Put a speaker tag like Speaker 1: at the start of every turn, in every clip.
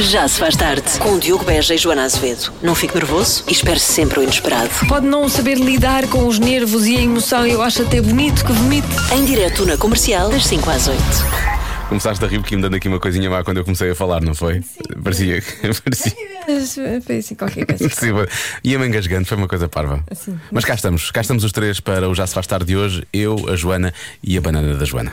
Speaker 1: Já se faz tarde com Diogo Beja e Joana Azevedo. Não fique nervoso e espere sempre o inesperado.
Speaker 2: Pode não saber lidar com os nervos e a emoção. Eu acho até bonito que vomite.
Speaker 1: Em direto na comercial, das 5 às 8.
Speaker 3: Começaste a rir porque me dando aqui uma coisinha má quando eu comecei a falar, não foi? Parecia. parecia.
Speaker 2: Mas, Foi assim qualquer coisa.
Speaker 3: parecia- Ia-me engasgando, foi uma coisa parva. Mas cá estamos, cá estamos os três para o Já Se Faz Tarde de hoje, eu, a Joana e a banana da Joana.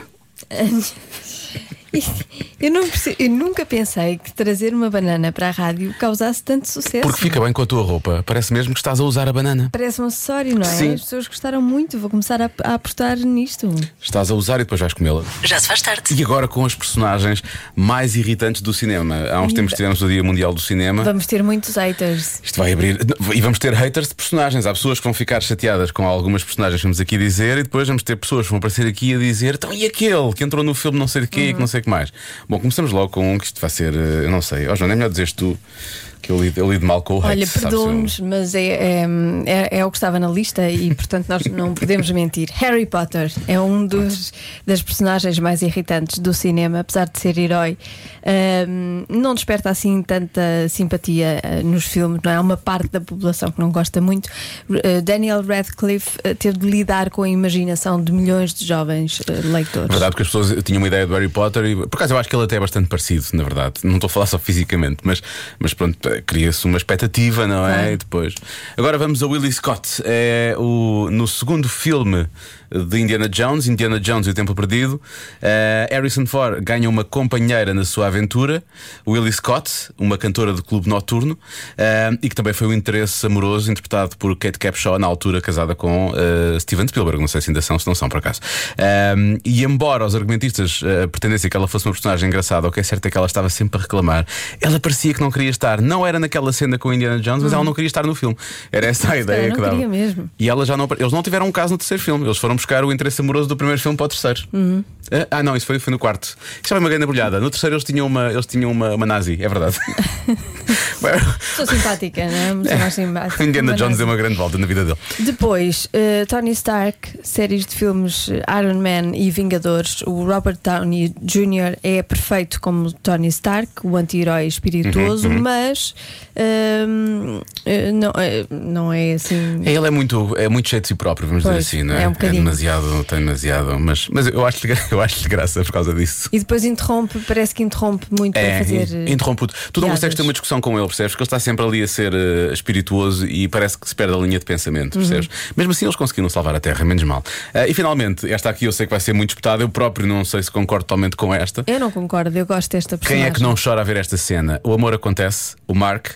Speaker 2: Isto- Eu, não perce- eu nunca pensei que trazer uma banana para a rádio causasse tanto sucesso.
Speaker 3: Porque fica bem com a tua roupa, parece mesmo que estás a usar a banana.
Speaker 2: Parece um acessório, não é?
Speaker 3: Sim.
Speaker 2: As pessoas gostaram muito. Vou começar a, a apostar nisto.
Speaker 3: Estás a usar e depois vais comê-la.
Speaker 1: Já se faz tarde.
Speaker 3: E agora com as personagens mais irritantes do cinema. Há uns tempos tivemos o Dia Mundial do Cinema.
Speaker 2: Vamos ter muitos haters.
Speaker 3: Isto vai abrir. E vamos ter haters de personagens. Há pessoas que vão ficar chateadas com algumas personagens que vamos aqui dizer e depois vamos ter pessoas que vão aparecer aqui a dizer então e aquele que entrou no filme não sei de quê e que não sei o que mais. Bom, começamos logo com um que isto vai ser. eh, Eu não sei. Ó, Joana, é melhor dizeres tu que eu lido, eu lido mal com o hate.
Speaker 2: Olha,
Speaker 3: sabes?
Speaker 2: perdoa-nos, mas é, é, é- é o que estava na lista e, portanto, nós não podemos mentir. Harry Potter é um dos das personagens mais irritantes do cinema, apesar de ser herói. Ahm, não desperta assim tanta simpatia ah, nos filmes, não é? Há uma parte da população que não gosta muito. Ah, Daniel Radcliffe ah, teve de lidar com a imaginação de milhões de jovens ah,
Speaker 3: É
Speaker 2: leitores.
Speaker 3: Verdade, porque as pessoas tinham uma ideia do Harry Potter e por acaso eu acho que ele até é bastante parecido, na verdade. Não estou a falar só fisicamente, mas, mas pronto, eh, cria-se uma expectativa, não é? E depois. Agora vamos a Willie Scott. É o, no segundo filme de Indiana Jones, Indiana Jones e o Tempo Perdido, eh, Harrison Ford ganha uma companheira na sua aventura, Willie Scott, uma cantora de clube noturno, eh, e que também foi um interesse amoroso interpretado por Kate Capshaw, na altura casada com eh, Steven Spielberg. Não sei se ainda são, se não são, por acaso. Um, e embora os argumentistas eh, pretendessem que ela fosse uma personagem engraçada, o que é certo é que ela estava sempre a reclamar. Ela parecia que não queria estar. Não era naquela cena com Indiana Jones, mas ela não queria estar no filme. Era essa a ideia
Speaker 2: não
Speaker 3: que dava.
Speaker 2: queria mesmo.
Speaker 3: E ela já não. apare- Eles não tiveram um caso no terceiro filme. Eles foram buscar o interesse amoroso do primeiro filme para o terceiro.
Speaker 2: Uhum.
Speaker 3: Ah, Ah, não, isso foi, foi no quarto. Isso foi uma grande bolhada. No terceiro eles tinham uma, eles tinham uma, uma nazi, é verdade.
Speaker 2: Sou simpática, não é? Uma pessoa mais simpática.
Speaker 3: Indiana
Speaker 2: Uma
Speaker 3: Jones
Speaker 2: nerd.
Speaker 3: deu uma grande volta na vida dele.
Speaker 2: Depois, eh, Tony Stark, séries de filmes eh, Iron Man e Vingadores. O Robert Downey Jr. é perfeito como Tony Stark, o anti-herói espirituoso,
Speaker 3: Uhum,
Speaker 2: mas ehm, eh, não, eh, não é assim.
Speaker 3: Ele é muito, é muito cheio de si próprio, vamos
Speaker 2: Pois,
Speaker 3: dizer assim, não é?
Speaker 2: é um bocadinho.
Speaker 3: demasiado, tem demasiado. Mas, mas eu acho-lhe eu acho graça por causa disso.
Speaker 2: E depois interrompe, parece que interrompe muito para
Speaker 3: É,
Speaker 2: fazer. eh,
Speaker 3: interrompudo. Tu não
Speaker 2: piadas.
Speaker 3: consegues ter uma discussão com ele, percebes? Porque ele está sempre ali a ser eh, espirituoso e parece que se perde a linha de pensamento,
Speaker 2: Uhum.
Speaker 3: percebes? Mesmo assim, eles conseguiram salvar a Terra, menos mal. Ah, e finalmente, esta aqui eu sei que vai ser muito disputada. Eu próprio não sei se concordo totalmente com esta.
Speaker 2: eh, Eu não concordo, eu gosto desta
Speaker 3: Quem
Speaker 2: personagem.
Speaker 3: é que não chora a ver esta cena? O amor acontece, o Mark,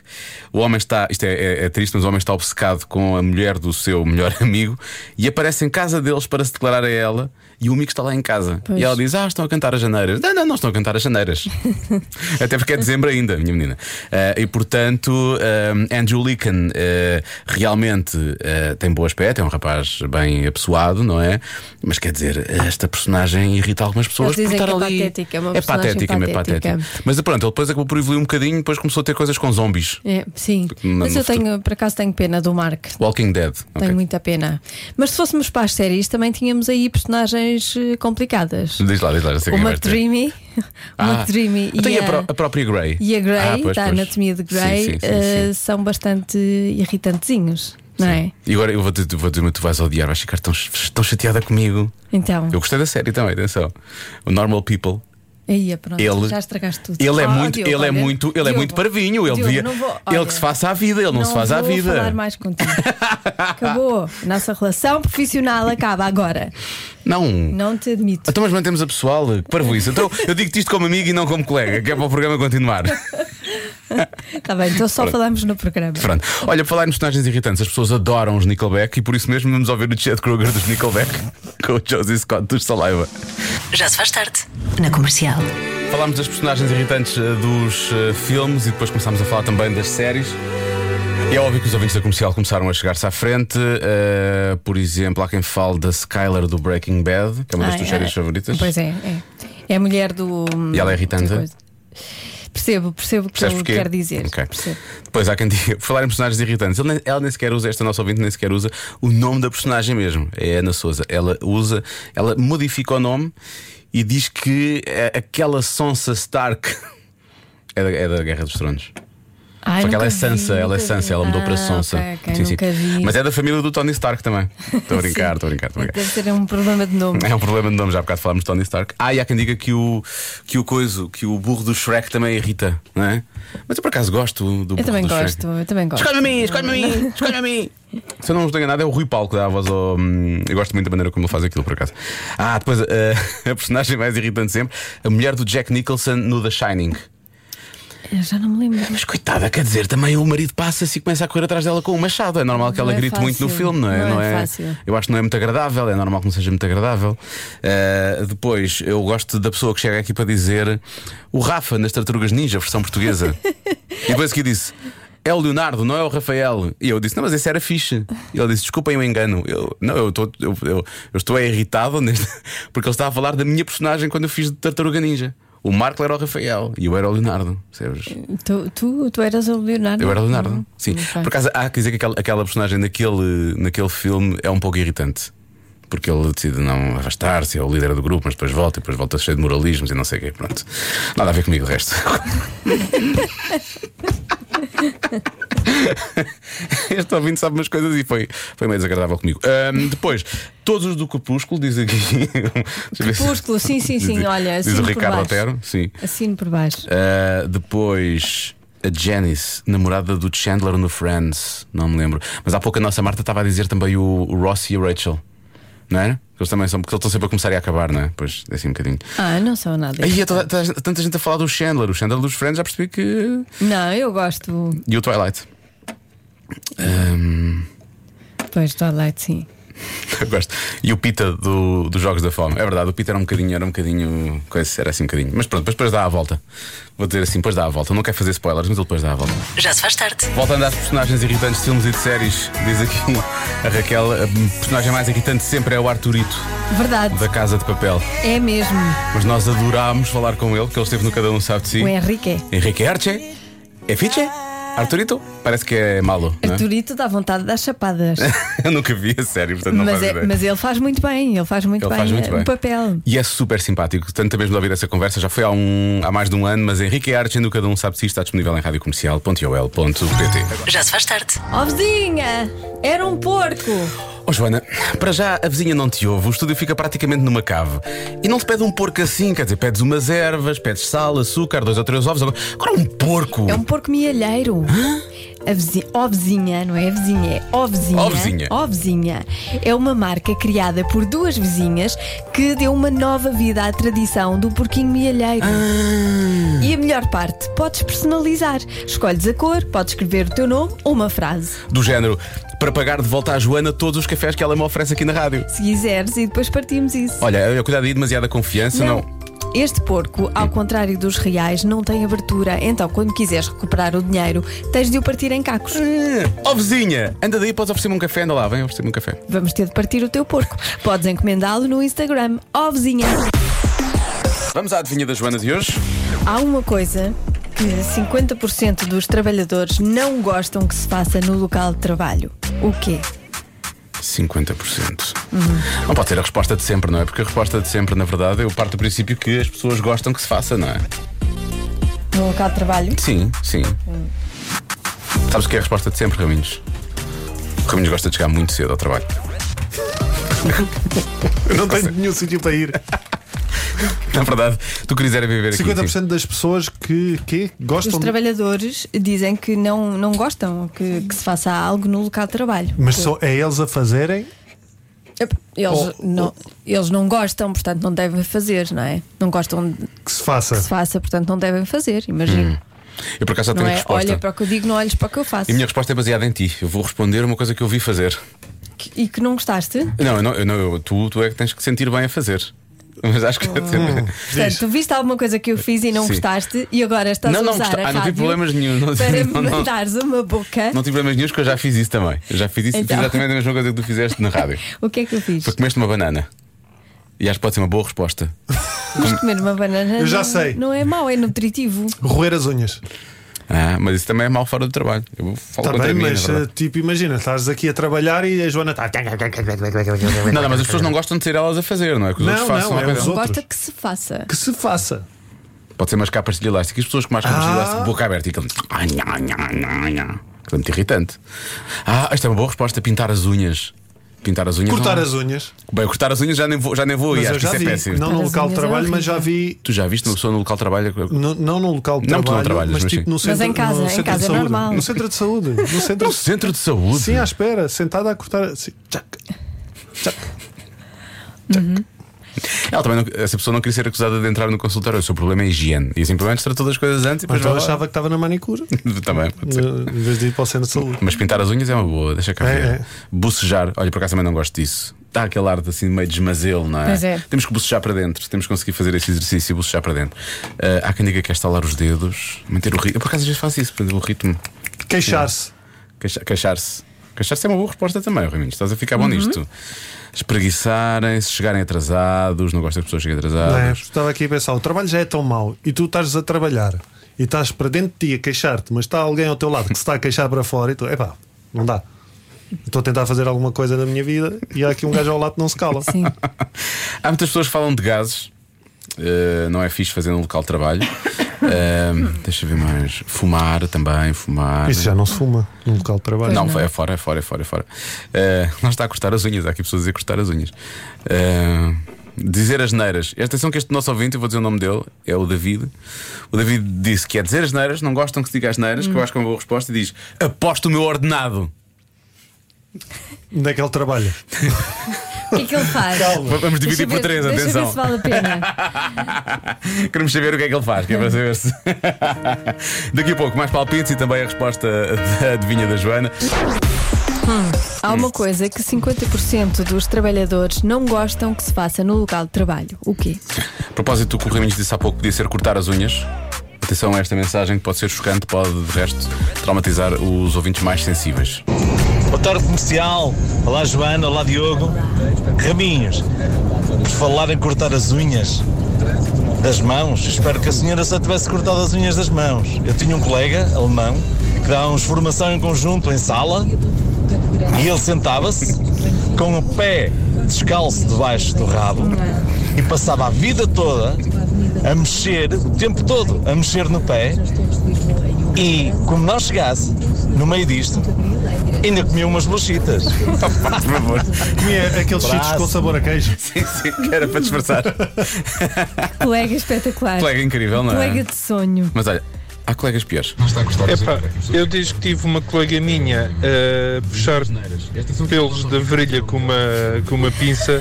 Speaker 3: o homem está, isto é, é- é triste, mas o homem está obcecado com a mulher do seu melhor amigo e aparece em casa deles para se declarar a ela e o amigo está lá em casa.
Speaker 2: Pois.
Speaker 3: E ela diz: Ah, estão a cantar as janeiras. Não, não, não estão a cantar as janeiras. Até porque é dezembro ainda, minha menina. Ah, e portanto, ah, Andrew Lincoln ah, realmente ah, tem bom aspecto, é um rapaz bem apessoado, não é? Mas quer dizer, esta personagem irrita algumas
Speaker 2: Eles
Speaker 3: pessoas por
Speaker 2: dizem
Speaker 3: estar
Speaker 2: que é
Speaker 3: ali.
Speaker 2: patética, é uma
Speaker 3: é
Speaker 2: personagem
Speaker 3: patética, é
Speaker 2: patética.
Speaker 3: patética. Mas pronto, ele depois acabou por evoluir um bocadinho, depois começou a ter coisas com zombies.
Speaker 2: É, sim,
Speaker 3: No-
Speaker 2: mas
Speaker 3: no
Speaker 2: eu tenho, por acaso, tenho pena do Mark.
Speaker 3: Walking Dead. ok.
Speaker 2: Tenho muita pena. Mas se fôssemos para as séries, também tínhamos aí personagens eh, complicadas.
Speaker 3: Diz lá, diz lá, já sei quem
Speaker 2: Uma
Speaker 3: vais dizer.
Speaker 2: Dreamy, uma
Speaker 3: Ah,
Speaker 2: Dreamy
Speaker 3: então
Speaker 2: e
Speaker 3: e a, pró-
Speaker 2: a,
Speaker 3: a própria Grey.
Speaker 2: e a Grey,
Speaker 3: Ah, pois,
Speaker 2: da
Speaker 3: pois.
Speaker 2: Anatomia de Grey,
Speaker 3: Sim, sim, sim,
Speaker 2: eh,
Speaker 3: sim.
Speaker 2: são bastante irritantezinhos, não é?
Speaker 3: E agora eu vou, te, vou dizer, mas tu vais odiar, vais ficar tão, ch- tão chateada comigo.
Speaker 2: Então,
Speaker 3: Eu gostei da série também, atenção. O Normal People.
Speaker 2: aí é pronto,
Speaker 3: Ele-
Speaker 2: já estragaste tudo.
Speaker 3: Ele é
Speaker 2: Oh,
Speaker 3: muito,
Speaker 2: Diogo,
Speaker 3: ele é
Speaker 2: olha,
Speaker 3: muito, ele é
Speaker 2: Diogo,
Speaker 3: muito parvinho. Ele
Speaker 2: Diogo,
Speaker 3: devia,
Speaker 2: não vou-
Speaker 3: ele
Speaker 2: olha,
Speaker 3: que se faça à vida, ele não, se faz à vida.
Speaker 2: Não vou falar mais contigo. Acabou. Nossa relação profissional acaba agora.
Speaker 3: Não.
Speaker 2: Não te admito.
Speaker 3: Então, mas mantemos a pessoal, que parvoíce. Então, eu digo-te isto como amigo e não como colega, que é para o programa continuar.
Speaker 2: Está bem, então só falamos no programa.
Speaker 3: Pronto. Olha, por falar em personagens irritantes, as pessoas adoram os Nickelback e por isso mesmo vamos ouvir o Chad Kroger dos Nickelback com o Josie Scott dos Saliva.
Speaker 1: Já se faz tarde na comercial.
Speaker 3: Falámos das personagens irritantes eh, dos eh, filmes e depois começámos a falar também das séries. E é óbvio que os ouvintes da comercial começaram a chegar-se à frente. eh, por exemplo, há quem fale da Skylar do Breaking Bad, que é uma das
Speaker 2: Ai,
Speaker 3: tuas séries
Speaker 2: ai.
Speaker 3: favoritas.
Speaker 2: Pois é, é. É a mulher do.
Speaker 3: E ela é irritante?
Speaker 2: do coisa. Percebo, percebo o que
Speaker 3: Percebes
Speaker 2: ele
Speaker 3: porquê?
Speaker 2: quer dizer.
Speaker 3: Ok.
Speaker 2: Percebo.
Speaker 3: Depois há quem diga, por falar em personagens irritantes, ele nem- ela nem sequer usa, esta nossa ouvinte nem sequer usa o nome da personagem mesmo. É a Ana Souza. Ela usa, ela modifica o nome e diz que é aquela Sonsa eh, Stark É da, é da Guerra dos Tronos.
Speaker 2: Ai,
Speaker 3: Só que ela é
Speaker 2: nunca
Speaker 3: Sansa,
Speaker 2: vi,
Speaker 3: ela é
Speaker 2: nunca
Speaker 3: Sansa,
Speaker 2: vi.
Speaker 3: ela mudou para
Speaker 2: Ah,
Speaker 3: Sonsa.
Speaker 2: ok, ok, nunca vi.
Speaker 3: Mas é da família do Tony Stark também. Estou a brincar,
Speaker 2: Sim.
Speaker 3: estou a brincar, estou a brincar.
Speaker 2: Deve ser um problema de nome.
Speaker 3: É um problema de nome, já há bocado falámos de Tony Stark. Ah, e há quem diga que o, que o coiso, que o burro do Shrek também irrita, não é? Mas eu por acaso gosto do burro
Speaker 2: Eu também
Speaker 3: do Shrek.
Speaker 2: gosto, eu também gosto.
Speaker 3: Escolhe-me é. a mim, escolhe-me a mim, escolhe-me a mim. Se eu não estou enganado, é o Rui Paulo que dá a voz ao. hum, Eu gosto muito da maneira como ele faz aquilo, por acaso. Ah, depois eh, a personagem mais irritante sempre, a mulher do Jack Nicholson no The Shining.
Speaker 2: Eu já não me lembro.
Speaker 3: Mas coitada, quer dizer, também o marido passa-se e começa a correr atrás dela com um machado. É normal que
Speaker 2: Não
Speaker 3: ela
Speaker 2: é
Speaker 3: grite muito no
Speaker 2: fácil.
Speaker 3: filme, não é?
Speaker 2: Não é fácil.
Speaker 3: Eu acho que não é muito agradável, é normal que não seja muito agradável. Uh, depois, eu gosto da pessoa que chega aqui para dizer o Rafa nas Tartarugas Ninja, versão portuguesa. e depois que disse. É o Leonardo, não é o Rafael. E eu disse, não, mas esse era fixe. E ele disse, desculpem o engano. Eu, não, eu, tô- eu- eu- eu estou é irritado neste- porque ele está a falar da minha personagem quando eu fiz de Tartaruga Ninja. O Marco era o Rafael e eu era o Leonardo. Percebes?
Speaker 2: Tu, tu, tu eras o Leonardo.
Speaker 3: Eu era Leonardo,
Speaker 2: Não?
Speaker 3: sim.
Speaker 2: Ok.
Speaker 3: Por acaso há que dizer que aquela, aquela personagem naquele, naquele filme é um pouco irritante. Porque ele decide não afastar-se, é o líder do grupo, mas depois volta, e depois volta cheio de moralismos e não sei o quê. Pronto. Nada a ver comigo o resto. este ouvinte sabe umas coisas e foi, foi meio desagradável comigo. Ahm, depois, todos os do Crepúsculo, diz aqui. deixa eu ver se-
Speaker 2: Crepúsculo, sim, sim, sim,
Speaker 3: diz-
Speaker 2: olha,
Speaker 3: Diz o
Speaker 2: assino por
Speaker 3: Ricardo
Speaker 2: baixo.
Speaker 3: Otero, sim.
Speaker 2: Assino por baixo.
Speaker 3: Uh, depois a Janice, namorada do Chandler no Friends, não me lembro. Mas há pouco a nossa Marta estava a dizer também o, o Ross e a Rachel, não é? Eles também são, porque eles estão sempre a começar e a acabar, não é? Pois, é assim um bocadinho.
Speaker 2: Ah, não são nada.
Speaker 3: Aí é toda- toda- tanta gente a falar do Chandler, o Chandler dos Friends já percebi que.
Speaker 2: Não, eu gosto.
Speaker 3: E o Twilight. Ahm,
Speaker 2: Pois, Twilight, sim.
Speaker 3: eu gosto. E o Pita do, dos Jogos da Fome. É verdade, o Pita era um bocadinho, era um bocadinho. coisa, Era assim um bocadinho. Mas pronto, depois, depois dá a volta. Vou dizer assim, depois dá a volta. Eu Não quero fazer spoilers, mas ele depois dá a volta.
Speaker 1: Já se faz tarde.
Speaker 3: Voltando às personagens irritantes de filmes e de séries, diz aqui a Raquel, a personagem mais irritante de sempre é o Arturito,
Speaker 2: Verdade,
Speaker 3: da Casa de Papel.
Speaker 2: é mesmo.
Speaker 3: Mas nós adorámos falar com ele, que ele esteve no Cada Um Sabe de Si.
Speaker 2: O Henrique. é.
Speaker 3: Henrique Arce, é fixe? Arturito? Parece que é malo, não é?
Speaker 2: Arturito dá vontade das chapadas.
Speaker 3: Eu nunca vi a série, portanto não
Speaker 2: mas,
Speaker 3: faço
Speaker 2: é-
Speaker 3: ideia.
Speaker 2: mas ele faz muito bem, ele faz muito,
Speaker 3: Ele
Speaker 2: bem,
Speaker 3: faz muito
Speaker 2: eh,
Speaker 3: bem.
Speaker 2: o papel.
Speaker 3: E é super simpático. Tanto mesmo de ouvir essa conversa, já foi há, um, há mais de um ano, mas Henrique Arce, no Cada Um Sabe de Si, está disponível em radiocomercial.ol.pt.
Speaker 1: Já se faz tarde.
Speaker 2: Ó vizinha, era um porco.
Speaker 3: Ó Joana, para já a vizinha não te ouve, o estúdio fica praticamente numa cave. E não te pede um porco assim, quer dizer, pedes umas ervas, pedes sal, açúcar, dois ou três ovos. Agora, agora um porco!
Speaker 2: É um porco mialheiro. A vizinha, ó vizinha, não é a vizinha, é ó vizinha.
Speaker 3: Ó vizinha.
Speaker 2: Ó vizinha. É uma marca criada por duas vizinhas que deu uma nova vida à tradição do porquinho mialheiro.
Speaker 3: Ah.
Speaker 2: E a melhor parte, podes personalizar. Escolhes a cor, podes escrever o teu nome ou uma frase.
Speaker 3: Do género, para pagar de volta à Joana todos os cafés que ela me oferece aqui na rádio.
Speaker 2: Se quiseres, e depois partimos isso.
Speaker 3: Olha, eu cuidado aí, demasiada confiança, não.
Speaker 2: Este porco, ao contrário dos reais, não tem abertura. Então, quando quiseres recuperar o dinheiro, tens de o partir em cacos.
Speaker 3: Ó vizinha, anda daí, podes oferecer-me um café, anda lá, vem oferecer-me um café.
Speaker 2: Vamos ter de partir o teu porco. Podes encomendá-lo no Instagram. Ó vizinha,
Speaker 3: Vamos à adivinha da Joana de hoje.
Speaker 2: há uma coisa que 50% dos trabalhadores não gostam que se faça no local de trabalho. O quê?
Speaker 3: 50%.
Speaker 2: Uhum.
Speaker 3: Não pode ser a resposta de sempre, não é? Porque a resposta de sempre, na verdade, eu parto do princípio que as pessoas gostam que se faça, não é?
Speaker 2: No local de trabalho?
Speaker 3: Sim, sim. Sabes o que é a resposta de sempre, Raminhos? O Raminhos gosta de chegar muito cedo ao trabalho.
Speaker 4: Eu não tenho nenhum sítio para ir.
Speaker 3: Na verdade, tu querias era viver aqui. tipo, sim.
Speaker 4: 50% das pessoas que, que
Speaker 2: Os
Speaker 4: gostam de.
Speaker 2: trabalhadores dizem que não, não gostam que, que se faça algo no local de trabalho.
Speaker 4: Mas só é eles a fazerem.
Speaker 2: Eles,
Speaker 3: Oh,
Speaker 4: Ou-
Speaker 2: não, eles não gostam, portanto não devem fazer, não é? Não gostam de-
Speaker 4: Que se
Speaker 2: que
Speaker 4: faça.
Speaker 2: se faça, portanto não devem fazer, imagino.
Speaker 3: Eu por acaso já
Speaker 2: não
Speaker 3: tenho a
Speaker 2: é?
Speaker 3: Hum, resposta.
Speaker 2: Olha para o que eu digo, não olhes para o que eu faço.
Speaker 3: E a minha resposta é baseada em ti. Eu vou responder uma coisa que eu vi fazer.
Speaker 2: Que- E que não gostaste?
Speaker 3: Não, eu não, eu não eu- tu, tu é que tens que sentir bem a fazer. Mas acho que.
Speaker 2: Hum. Portanto, tu viste alguma coisa que eu fiz e não
Speaker 3: Sim.
Speaker 2: gostaste e agora estás
Speaker 3: Não,
Speaker 2: a
Speaker 3: não
Speaker 2: usar é
Speaker 3: gosta-
Speaker 2: a
Speaker 3: Ah, não tive
Speaker 2: rádio
Speaker 3: problemas nenhum, não-
Speaker 2: para
Speaker 3: não,
Speaker 2: me
Speaker 3: não.
Speaker 2: dares uma boca.
Speaker 3: Não tive problemas nenhum, que eu já fiz isso também. Eu já fiz isso e fiz
Speaker 2: Então.
Speaker 3: exatamente a mesma coisa que tu fizeste na rádio.
Speaker 2: O que é que eu fiz?
Speaker 3: Foi comeste uma banana. E acho que pode ser uma boa resposta.
Speaker 2: Mas comer uma banana
Speaker 4: Eu já
Speaker 2: não,
Speaker 4: sei.
Speaker 2: não é mau, é nutritivo.
Speaker 4: Roer as unhas.
Speaker 3: Ah, mas isso também é mal fora do trabalho. Eu falo
Speaker 4: Está
Speaker 3: contra
Speaker 4: bem,
Speaker 3: mim, na
Speaker 4: mas
Speaker 3: verdade.
Speaker 4: eh, tipo, imagina, estás aqui a trabalhar e a Joana tá- está.
Speaker 3: Não, não, mas as pessoas não gostam de ser elas a fazer, não é? Que os
Speaker 4: eh, Não,
Speaker 3: outros façam
Speaker 4: não,
Speaker 3: a
Speaker 4: é
Speaker 3: coisa.
Speaker 4: os outros.
Speaker 2: Gosta que se faça.
Speaker 4: Que se faça.
Speaker 3: Pode ser mais capas de elástico. As pessoas com mais capas de
Speaker 4: Ah.
Speaker 3: elástico, boca aberta e aquele. Ai, nha, nha, nha, nha. Aquilo é muito irritante. Ah, esta é uma boa resposta: pintar as unhas. Pintar as unhas.
Speaker 4: Cortar
Speaker 3: não. é
Speaker 4: as unhas.
Speaker 3: Bem, cortar as unhas já nem vou, já nem vou
Speaker 4: Mas
Speaker 3: e acho
Speaker 4: eu
Speaker 3: que
Speaker 4: já
Speaker 3: isso é
Speaker 4: vi.
Speaker 3: péssimo.
Speaker 4: Não no
Speaker 2: Cortar as
Speaker 4: local de
Speaker 2: unhas é
Speaker 4: trabalho, mas
Speaker 2: horrível.
Speaker 4: já vi.
Speaker 3: Tu já viste uma pessoa no local de trabalho?
Speaker 4: no- não no local de
Speaker 3: Não, tu não
Speaker 4: trabalho,
Speaker 3: trabalhas,
Speaker 4: mas,
Speaker 3: mas
Speaker 4: tipo
Speaker 3: sim.
Speaker 4: no centro,
Speaker 2: em casa,
Speaker 4: no
Speaker 2: em
Speaker 4: centro
Speaker 2: casa
Speaker 4: de
Speaker 2: é
Speaker 4: saúde.
Speaker 2: normal.
Speaker 4: No centro de saúde. No centro
Speaker 3: No
Speaker 4: de
Speaker 3: um centro de saúde.
Speaker 4: Sim, à espera, sentada a cortar. Sim. Tchac, tchac.
Speaker 3: Ela também não- essa pessoa não queria ser acusada de entrar no consultório. O seu problema é a higiene. E simplesmente tratou das coisas antes e depois
Speaker 4: Mas eu
Speaker 3: vai lá.
Speaker 4: achava que estava na manicura,
Speaker 3: também, pode ser.
Speaker 4: em vez de ir para o centro de saúde.
Speaker 3: Mas pintar as unhas é uma boa, deixa cá
Speaker 4: É,
Speaker 3: ver.
Speaker 4: é.
Speaker 3: Bucejar, olha, por acaso também não gosto disso. Dá aquele ar de, assim meio desmazelo, não é?
Speaker 2: Pois é.
Speaker 3: Temos que bucejar para dentro, temos que conseguir fazer esse exercício e bucejar para dentro. Ah, há quem diga que é estalar os dedos, manter o ritmo. Eu por acaso às vezes faço isso, manter o ritmo.
Speaker 4: Queixar-se.
Speaker 3: Queixa- Queixar-se. Queixar-se é uma boa resposta também, Raminhos. Estás a
Speaker 2: Uhum.
Speaker 3: ficar bom nisto. Espreguiçarem-se, chegarem atrasados, não gosto que as pessoas cheguem
Speaker 4: Não é?
Speaker 3: atrasadas.
Speaker 4: Estava aqui a pensar, o trabalho já é tão mau e tu estás a trabalhar e estás para dentro de ti a queixar-te, mas está alguém ao teu lado que se está a queixar para fora e tu, epá, não dá. Estou a tentar fazer alguma coisa na minha vida e há aqui um gajo ao lado que não se cala.
Speaker 2: Sim.
Speaker 3: Há muitas pessoas que falam de gases. Eh, não é fixe fazer no local de trabalho. Ahm, deixa eu ver mais. Fumar também, fumar.
Speaker 4: Isso já não se fuma num local de trabalho.
Speaker 3: Não,
Speaker 2: não.
Speaker 3: é fora, é fora, é fora, é fora. Eh, lá está a cortar as unhas, há aqui pessoas a dizer cortar as unhas. Eh, dizer as neiras. Atenção que este nosso ouvinte, eu vou dizer o nome dele, é o David. O David disse que é dizer as neiras, não gostam que se diga as neiras, que eu acho que é uma boa resposta, e diz: aposto o meu ordenado.
Speaker 4: Onde é que ele trabalha?
Speaker 2: O que é que ele faz?
Speaker 3: V- Vamos
Speaker 2: Deixa
Speaker 3: dividir
Speaker 2: eu
Speaker 3: por
Speaker 2: ver-
Speaker 3: três,
Speaker 2: deixa eu ver
Speaker 3: atenção.
Speaker 2: se vale a pena.
Speaker 3: Queremos saber o que é que ele faz, que é para saber se. Daqui a pouco, mais palpites e também a resposta da adivinha da Joana.
Speaker 2: Há uma coisa que 50% dos trabalhadores não gostam que se faça no local de trabalho. O quê?
Speaker 3: A propósito do que o Raminhos disse há pouco, podia ser cortar as unhas. Atenção a esta mensagem que pode ser chocante, pode de resto traumatizar os ouvintes mais sensíveis.
Speaker 5: Boa tarde comercial. Olá Joana, olá Diogo. Raminhos, por falar em cortar as unhas das mãos, espero que a senhora só tivesse cortado as unhas das mãos. Eu tinha um colega alemão que dávamos formação em conjunto em sala e ele sentava-se com o pé descalço debaixo do rabo e passava a vida toda a mexer, o tempo todo, a mexer no pé e como não chegasse no meio disto, ainda comia umas bolachitas.
Speaker 3: Por favor.
Speaker 4: Comia é aqueles
Speaker 5: Braço.
Speaker 4: cheetos com sabor a queijo.
Speaker 3: Sim, sim, que era para disfarçar.
Speaker 2: Colega espetacular.
Speaker 3: Colega incrível, não é?
Speaker 2: Colega de sonho.
Speaker 3: Mas olha, há colegas piores.
Speaker 6: Epá, eu desde que tive uma colega minha a puxar pelos da virilha com uma, com uma pinça,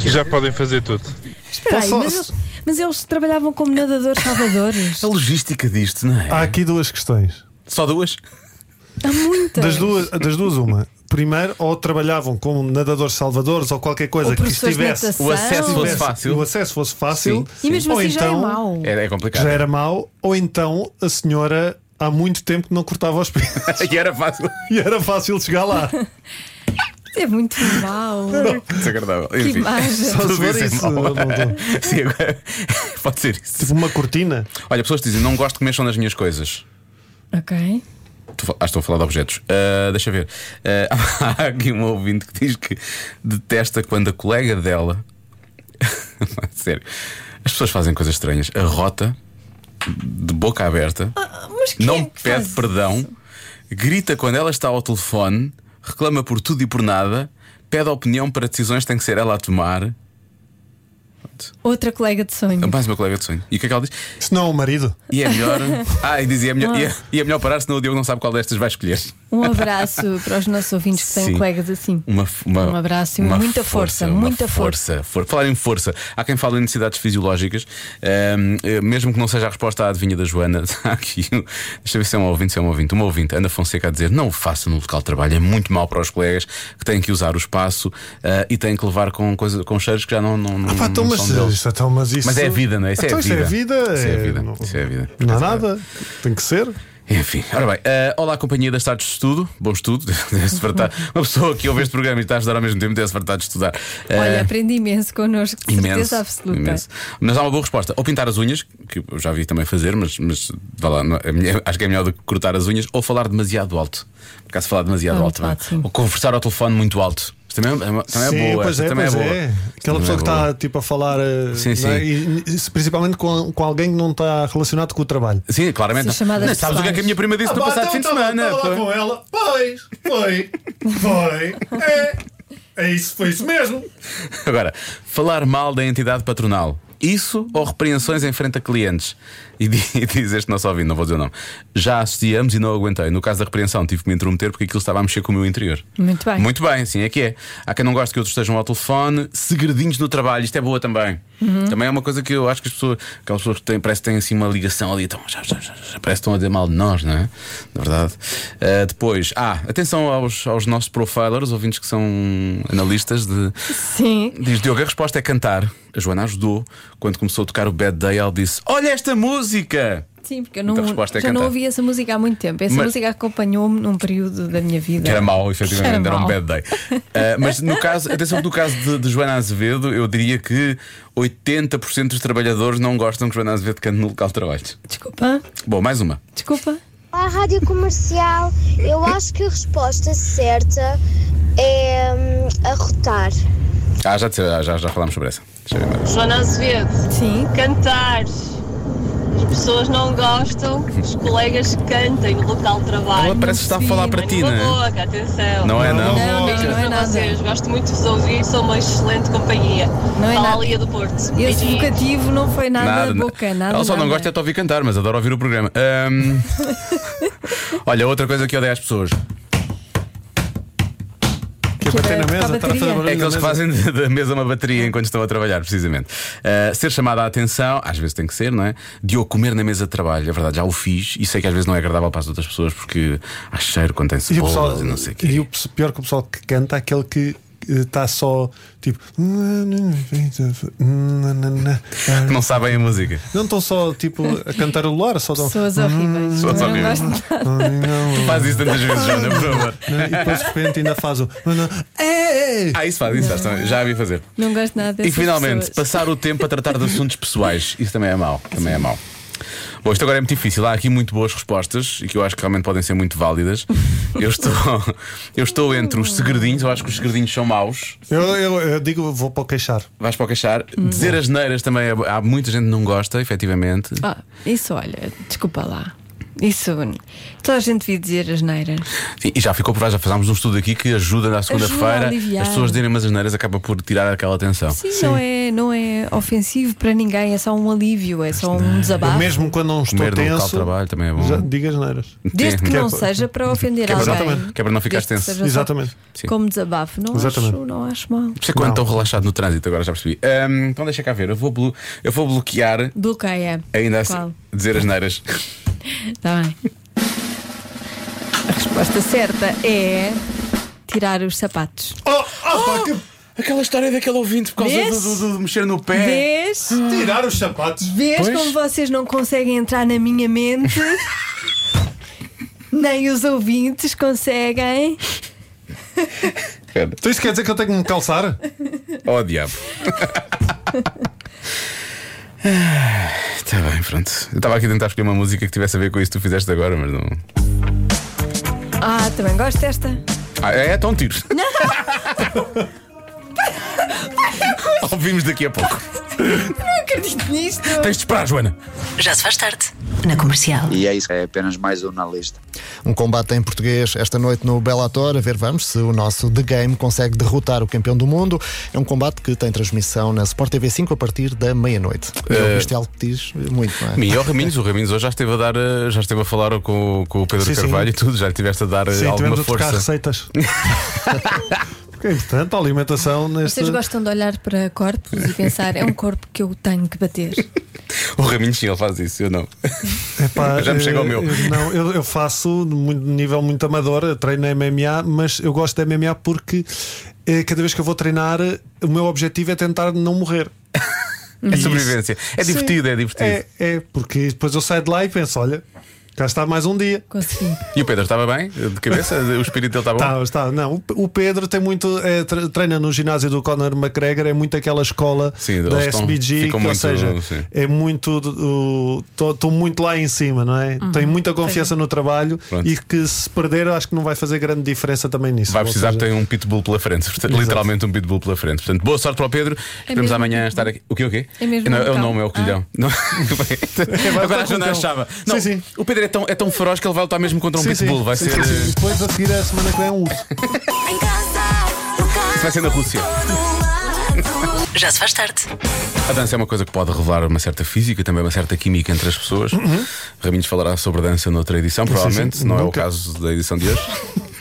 Speaker 6: já podem fazer tudo.
Speaker 2: Espera aí,
Speaker 4: Posso-
Speaker 2: mas eles, mas eles trabalhavam como nadadores salvadores.
Speaker 3: A logística disto, não é?
Speaker 4: Há aqui duas questões.
Speaker 3: Só duas?
Speaker 2: Há muitas.
Speaker 4: Das duas, das duas uma. Primeiro, ou trabalhavam como nadadores salvadores ou qualquer coisa
Speaker 2: Ou
Speaker 4: que
Speaker 2: professores de
Speaker 4: estivesse.
Speaker 2: natação.
Speaker 3: O acesso fosse
Speaker 4: tivesse-
Speaker 3: fácil.
Speaker 4: O acesso fosse fácil.
Speaker 3: Sim.
Speaker 2: E mesmo
Speaker 4: ou
Speaker 2: assim já é
Speaker 4: então,
Speaker 2: mau.
Speaker 3: É, é complicado.
Speaker 4: já era mau, ou então a senhora há muito tempo que não cortava os pés
Speaker 3: E era fácil.
Speaker 4: e era fácil chegar lá.
Speaker 2: É muito mau.
Speaker 3: Desagradável.
Speaker 2: que
Speaker 3: Enfim.
Speaker 2: imagem.
Speaker 4: Só se
Speaker 3: Tudo
Speaker 4: for
Speaker 3: isso é
Speaker 4: isso.
Speaker 3: mau.
Speaker 4: não tô-
Speaker 3: Sim, agora- pode ser isso.
Speaker 4: Tipo uma cortina.
Speaker 3: Olha, pessoas dizem: não gosto que mexam nas minhas coisas.
Speaker 2: Ok.
Speaker 3: Tu fal- Ah, estou a falar de objetos. Ah, deixa eu ver. Ah, há aqui um ouvinte que diz que detesta quando a colega dela. Sério. As pessoas fazem coisas estranhas. Arrota, de boca aberta,
Speaker 2: Mas quem
Speaker 3: não
Speaker 2: é que
Speaker 3: pede
Speaker 2: faz?
Speaker 3: perdão, grita quando ela está ao telefone, reclama por tudo e por nada, pede opinião para decisões que tem que ser ela a tomar.
Speaker 2: Outra colega de sonho.
Speaker 3: Mais uma colega de sonho. E o que é que ela diz?
Speaker 4: Se não é o marido.
Speaker 3: E é melhor. Ah, e dizia: é melhor, e é, e é melhor parar, senão o Diogo não sabe qual destas vai escolher.
Speaker 2: Um abraço para os nossos ouvintes que têm
Speaker 3: Sim.
Speaker 2: colegas assim.
Speaker 3: Uma, f- uma-
Speaker 2: Um abraço e muita força,
Speaker 3: uma
Speaker 2: muita força.
Speaker 3: For- Falar em força, há quem fala em necessidades fisiológicas, ahm, eh, mesmo que não seja a resposta à adivinha da Joana, está aqui. um- Deixa eu ver se é um ouvinte, se é um ouvinte. Uma ouvinte, Ana Fonseca, a dizer: não o faça no local de trabalho, é muito mal para os colegas que têm que usar o espaço ah, e têm que levar com, coisa, com cheiros que já não, não, não,
Speaker 4: Ah, pá, então,
Speaker 3: Hum, não
Speaker 4: mas,
Speaker 3: são deles.
Speaker 4: isso, então, mas isso.
Speaker 3: Mas é a vida, não é? Isso é
Speaker 4: Então,
Speaker 3: a
Speaker 4: isso é a
Speaker 3: vida.
Speaker 4: vida.
Speaker 3: Isso é a vida,
Speaker 4: não-
Speaker 3: isso é a vida.
Speaker 4: Não há nada. Tem que ser.
Speaker 3: Enfim, ora bem, eh, olá companhia das tardes de estudo, bom estudo, deve-se fartar. Uma pessoa que ouve este programa e está a estudar ao mesmo tempo deve-se fartar de estudar. Eh,
Speaker 2: Olha, aprendi imenso connosco, de
Speaker 3: Imenso,
Speaker 2: certeza absoluta.
Speaker 3: imenso. Mas há uma boa resposta. Ou pintar as unhas, que eu já vi também fazer, mas, mas vá lá, não é- é melhor- acho que é melhor do que cortar as unhas, ou falar demasiado alto. Por acaso falar demasiado
Speaker 2: Ah, muito
Speaker 3: alto, não é?
Speaker 2: alto, sim.
Speaker 3: ou conversar ao telefone muito alto. Mas também, é uma- também
Speaker 4: Sim,
Speaker 3: é boa.
Speaker 4: pois
Speaker 3: essa
Speaker 4: é,
Speaker 3: também
Speaker 4: pois
Speaker 3: é boa.
Speaker 4: é. Aquela
Speaker 3: Também
Speaker 4: pessoa
Speaker 3: é
Speaker 4: que
Speaker 3: boa.
Speaker 4: está tipo a falar, eh,
Speaker 3: Sim,
Speaker 4: não
Speaker 3: sim.
Speaker 4: é? E- e- principalmente com, com alguém que não está relacionado com o trabalho.
Speaker 3: Sim, claramente.
Speaker 2: Sim, chamadas
Speaker 3: Não, sabes o que é que a minha prima
Speaker 4: Ah,
Speaker 3: disse no passado
Speaker 4: então
Speaker 3: fim de
Speaker 4: tá
Speaker 3: semana?
Speaker 7: Estava lá
Speaker 3: pô.
Speaker 7: com ela. Pois, foi, foi. É, é isso, foi isso mesmo.
Speaker 3: Agora, falar mal da entidade patronal. Isso ou repreensões em frente a clientes? E di- e diz este nosso ouvinte, não vou dizer o nome. Já associamos e não aguentei. No caso da repreensão, tive que me intrometer porque aquilo estava a mexer com o meu interior.
Speaker 2: Muito bem.
Speaker 3: Muito bem, sim, é que é. Há quem não goste que outros estejam ao telefone, segredinhos no trabalho, isto é boa também.
Speaker 2: Uhum.
Speaker 3: Também é uma coisa que eu acho que as pessoas, aquelas pessoas que têm, parece que têm assim uma ligação ali, então, já, já, já, já, parece que estão a dizer mal de nós, não é? Na verdade. Ah, depois, ah, atenção aos, aos nossos profilers, ouvintes que são analistas de,
Speaker 2: Sim.
Speaker 3: Diz Diogo, a resposta é cantar. A Joana ajudou. Quando começou a tocar o Bad Day, ela disse: Olha esta música!
Speaker 2: Sim, porque eu
Speaker 3: Então
Speaker 2: não,
Speaker 3: a resposta é
Speaker 2: já não
Speaker 3: cantar.
Speaker 2: ouvi essa música há muito tempo. Essa
Speaker 3: Mas-
Speaker 2: música acompanhou-me num período da minha vida.
Speaker 3: Que era mau, efetivamente,
Speaker 2: É. Era
Speaker 3: era, um
Speaker 2: mau.
Speaker 3: bad day. Ah, mas no caso, atenção que no caso de, de Joana Azevedo, eu diria que 80% dos trabalhadores não gostam que Joana Azevedo cante no local de trabalho.
Speaker 2: Desculpa,
Speaker 3: Bom, mais uma.
Speaker 2: desculpa.
Speaker 8: Olá, Rádio Comercial. Eu acho que a resposta certa é hum, arrotar.
Speaker 3: Ah, já, disse- ah, já, já falámos sobre essa. Deixa eu ver mais.
Speaker 9: Joana Azevedo,
Speaker 2: Sim.
Speaker 9: cantar. As pessoas não gostam, os colegas cantem no local de trabalho.
Speaker 3: Ela parece que está a falar para
Speaker 9: Mas
Speaker 3: ti, não
Speaker 9: numa
Speaker 3: é?
Speaker 9: boca, atenção.
Speaker 3: Não é,
Speaker 2: Não,
Speaker 3: não?
Speaker 2: não,
Speaker 9: Beijinhos
Speaker 2: não é
Speaker 9: para
Speaker 2: nada.
Speaker 9: vocês, gosto muito de vos ouvir, sou uma excelente companhia.
Speaker 2: Não é
Speaker 9: Fala
Speaker 2: nada.
Speaker 9: ali do Porto.
Speaker 2: Esse
Speaker 9: Beijinhos.
Speaker 2: vocativo não foi nada, boca, nada.
Speaker 3: Ela só não
Speaker 2: nada.
Speaker 3: gosta é de ouvir cantar, mas adora ouvir o programa. Ahm, Olha, outra coisa que eu odeio às pessoas.
Speaker 4: Que é bater na
Speaker 2: para a
Speaker 4: mesa, estar a
Speaker 2: bateria.
Speaker 4: fazer barulho.
Speaker 3: É
Speaker 4: na
Speaker 3: aqueles que
Speaker 4: mesa.
Speaker 3: fazem de- da mesa uma bateria enquanto estão a trabalhar, precisamente. Uh, ser chamada a atenção, às vezes tem que ser, não é? De eu comer na mesa de trabalho, é verdade, já o fiz e sei que às vezes não é agradável para as outras pessoas porque há cheiro quando tem
Speaker 4: E o
Speaker 3: cebolas e,
Speaker 4: pessoal,
Speaker 3: não sei o quê.
Speaker 4: e o pe- pior que o pessoal que canta é aquele que está só tipo.
Speaker 3: Não sabem a música.
Speaker 4: Não estão só tipo a cantar o Lora, só né? estão.
Speaker 2: Pessoas horríveis.
Speaker 3: Hum, Pessoas
Speaker 2: Eu não
Speaker 3: horríveis.
Speaker 2: gosto de nada.
Speaker 3: Faz isso tantas vezes, Joana, por favor.
Speaker 4: E depois de repente ainda faz o. É!
Speaker 3: Ah, isso faz, isso faz, também. já a vi fazer.
Speaker 2: Não gosto nada
Speaker 3: E
Speaker 2: dessas
Speaker 3: finalmente,
Speaker 2: pessoas.
Speaker 3: passar o tempo a tratar de assuntos pessoais. Isso também é mau. Também é mau. Bom, isto agora é muito difícil. Há aqui muito boas respostas e que eu acho que realmente podem ser muito válidas. Eu estou, eu estou entre os segredinhos, eu acho que os segredinhos são maus.
Speaker 4: Eu, eu, eu digo, vou para o queixar.
Speaker 3: Vais para o queixar. Dizer as neiras também é bo- há muita gente que não gosta, efetivamente.
Speaker 2: Ah, isso, olha, desculpa lá. Isso, toda a gente devia dizer as neiras.
Speaker 3: Sim, e já ficou por já fazámos um estudo aqui que ajuda na segunda-feira
Speaker 2: a aliviar.
Speaker 3: as pessoas dizerem umas asneiras acaba por tirar aquela atenção.
Speaker 2: Sim, Não, é, não é ofensivo para ninguém, é só um alívio, é só um
Speaker 4: Eu
Speaker 2: desabafo.
Speaker 4: mesmo quando não estou
Speaker 3: Comer no local de
Speaker 4: tenso,
Speaker 3: trabalho também é bom.
Speaker 4: já digo as neiras.
Speaker 2: Desde que
Speaker 3: Sim.
Speaker 2: não
Speaker 4: Que é-
Speaker 2: seja para ofender
Speaker 3: Que é para-
Speaker 2: alguém.
Speaker 4: Exatamente.
Speaker 3: que é para não ficares
Speaker 2: Desde que
Speaker 3: tenso.
Speaker 2: seja só
Speaker 4: Exatamente.
Speaker 3: Sim.
Speaker 2: Como desabafo, não,
Speaker 4: Exatamente.
Speaker 2: Acho, não acho mal.
Speaker 3: Por isso é que quando estou relaxado no trânsito, agora já percebi. Ahm, então deixa cá ver, eu vou, blo- eu vou bloquear
Speaker 2: Bloqueia.
Speaker 3: Ainda assim,
Speaker 2: Qual?
Speaker 3: dizer as neiras.
Speaker 2: Está bem. A resposta certa é tirar os sapatos.
Speaker 3: Oh, Aquela história daquele ouvinte por
Speaker 2: causa
Speaker 3: causa
Speaker 2: Vês?
Speaker 3: do,
Speaker 2: do-
Speaker 3: mexer no pé.
Speaker 2: Vês?
Speaker 7: Tirar os sapatos.
Speaker 2: Vês como vocês não conseguem entrar na minha mente? Nem os ouvintes conseguem.
Speaker 4: Então isso quer dizer que eu tenho que me calçar?
Speaker 3: Oh, diabo. Está Tá bem, pronto. Eu estava aqui a tentar escolher uma música que tivesse a ver com isso que tu fizeste agora, mas não.
Speaker 2: Ah, também gosto desta.
Speaker 3: Ah, é, então tiro. Ouvimos daqui a pouco.
Speaker 2: Não acredito nisto.
Speaker 3: Tens de esperar, Joana.
Speaker 1: Já se faz tarde. Na comercial.
Speaker 10: E é isso, é apenas mais um na lista.
Speaker 11: Um combate em português esta noite no Bellator. A ver, vamos se o nosso The Game consegue derrotar o campeão do mundo. É um combate que tem transmissão na Sport TV 5 a partir da meia-noite.
Speaker 3: Eh,
Speaker 11: Uh... Isto é algo que diz muito, não é?
Speaker 3: E o Raminhos, oh, o Raminhos hoje já esteve a dar, eh, já esteve a falar com, com o Pedro
Speaker 4: Sim, sim.
Speaker 3: Carvalho e tudo, já lhe tiveste a dar eh,
Speaker 4: Sim,
Speaker 3: alguma
Speaker 4: tivemos a trocar
Speaker 3: força.
Speaker 4: receitas. Porque é importante a alimentação neste.
Speaker 2: Vocês gostam de olhar para corpos e pensar, é um corpo que eu tenho que bater.
Speaker 3: O Raminhos sim, ele faz isso, eu não.
Speaker 4: Epá,
Speaker 3: Já me
Speaker 4: eh,
Speaker 3: chega ao meu.
Speaker 4: eu Não, eu, eu faço de muito- de nível muito amador, eu treino MMA, mas eu gosto de MMA porque eh, cada vez que eu vou treinar, eh, o meu objetivo é tentar não morrer.
Speaker 3: É sobrevivência. É divertido,
Speaker 4: Sim.
Speaker 3: é divertido.
Speaker 4: É, é, porque depois eu saio de lá e penso: olha, Cá está mais um dia.
Speaker 2: Consegui.
Speaker 3: E o Pedro estava bem? De cabeça? O espírito dele estava bom?
Speaker 4: Está, Tá, está. Não, o- o Pedro tem muito. é, tre- treina no ginásio do Conor McGregor, é muito aquela escola
Speaker 3: Sim,
Speaker 4: da
Speaker 3: eles estão-
Speaker 4: SBG,
Speaker 3: ficam
Speaker 4: que, ou
Speaker 3: muito,
Speaker 4: seja,
Speaker 3: sim.
Speaker 4: é muito. Estou muito lá em cima, não é? Tem muita confiança no trabalho
Speaker 3: Pronto.
Speaker 4: e que se perder, acho que não vai fazer grande diferença também nisso.
Speaker 3: Vai
Speaker 4: Ou
Speaker 3: precisar
Speaker 4: seja,
Speaker 3: ter um pitbull pela frente, portanto,
Speaker 4: Exato. É
Speaker 3: literalmente um pitbull pela frente. Portanto, boa sorte para o Pedro. Esperamos
Speaker 2: mesmo
Speaker 3: amanhã
Speaker 4: então.
Speaker 2: pitbull.
Speaker 3: estar aqui. O quê, o quê?
Speaker 2: É mesmo um
Speaker 3: não, é o
Speaker 2: cão.
Speaker 3: nome, é o colhão. Não. Agora a
Speaker 4: com o
Speaker 3: Joana
Speaker 4: cão.
Speaker 3: achava. Não,
Speaker 4: Ah. Sim, sim.
Speaker 3: O Pedro é tão, é tão feroz que ele vai lutar mesmo contra um
Speaker 4: Sim, sim,
Speaker 3: pitbull. Vai,
Speaker 4: sim,
Speaker 3: ser,
Speaker 4: sim, sim.
Speaker 3: eh,
Speaker 4: Depois a seguir, a semana que vem é um urso.
Speaker 3: Isso vai ser na Rússia.
Speaker 1: Já se faz tarde.
Speaker 3: A dança é uma coisa que pode revelar uma certa física e também uma certa química entre as pessoas. Raminhos falará sobre dança noutra edição,
Speaker 4: Uhum. Sim,
Speaker 3: provavelmente,
Speaker 4: sim,
Speaker 3: não é o
Speaker 4: nunca. Uhum.
Speaker 3: caso da edição de hoje.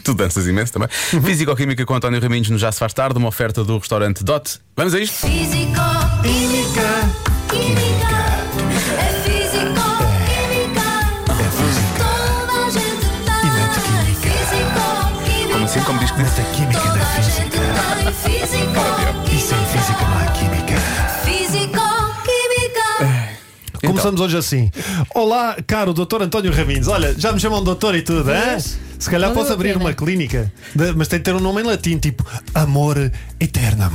Speaker 3: tu danças imenso também. Físico-química com António Raminhos no Já Se Faz Tarde, uma oferta do restaurante Dot. Vamos a isto?
Speaker 12: Físico, química, química, é físico, química, é físico. Toda a gente tem físico, química.
Speaker 3: Como assim? Como diz que diz?
Speaker 12: Toda a gente tem físico,
Speaker 13: Isso é física, não é química.
Speaker 12: físico,
Speaker 3: É.
Speaker 12: química.
Speaker 4: Começamos hoje assim. Olá, caro Dr. António Ramires. Olha, já me chamam doutor e tudo, hein?
Speaker 2: Pois.
Speaker 4: Se calhar
Speaker 2: Valeu
Speaker 4: posso
Speaker 2: a
Speaker 4: abrir
Speaker 2: pena.
Speaker 4: uma clínica, de- mas tem de ter um nome em latim, tipo Amor Eternam.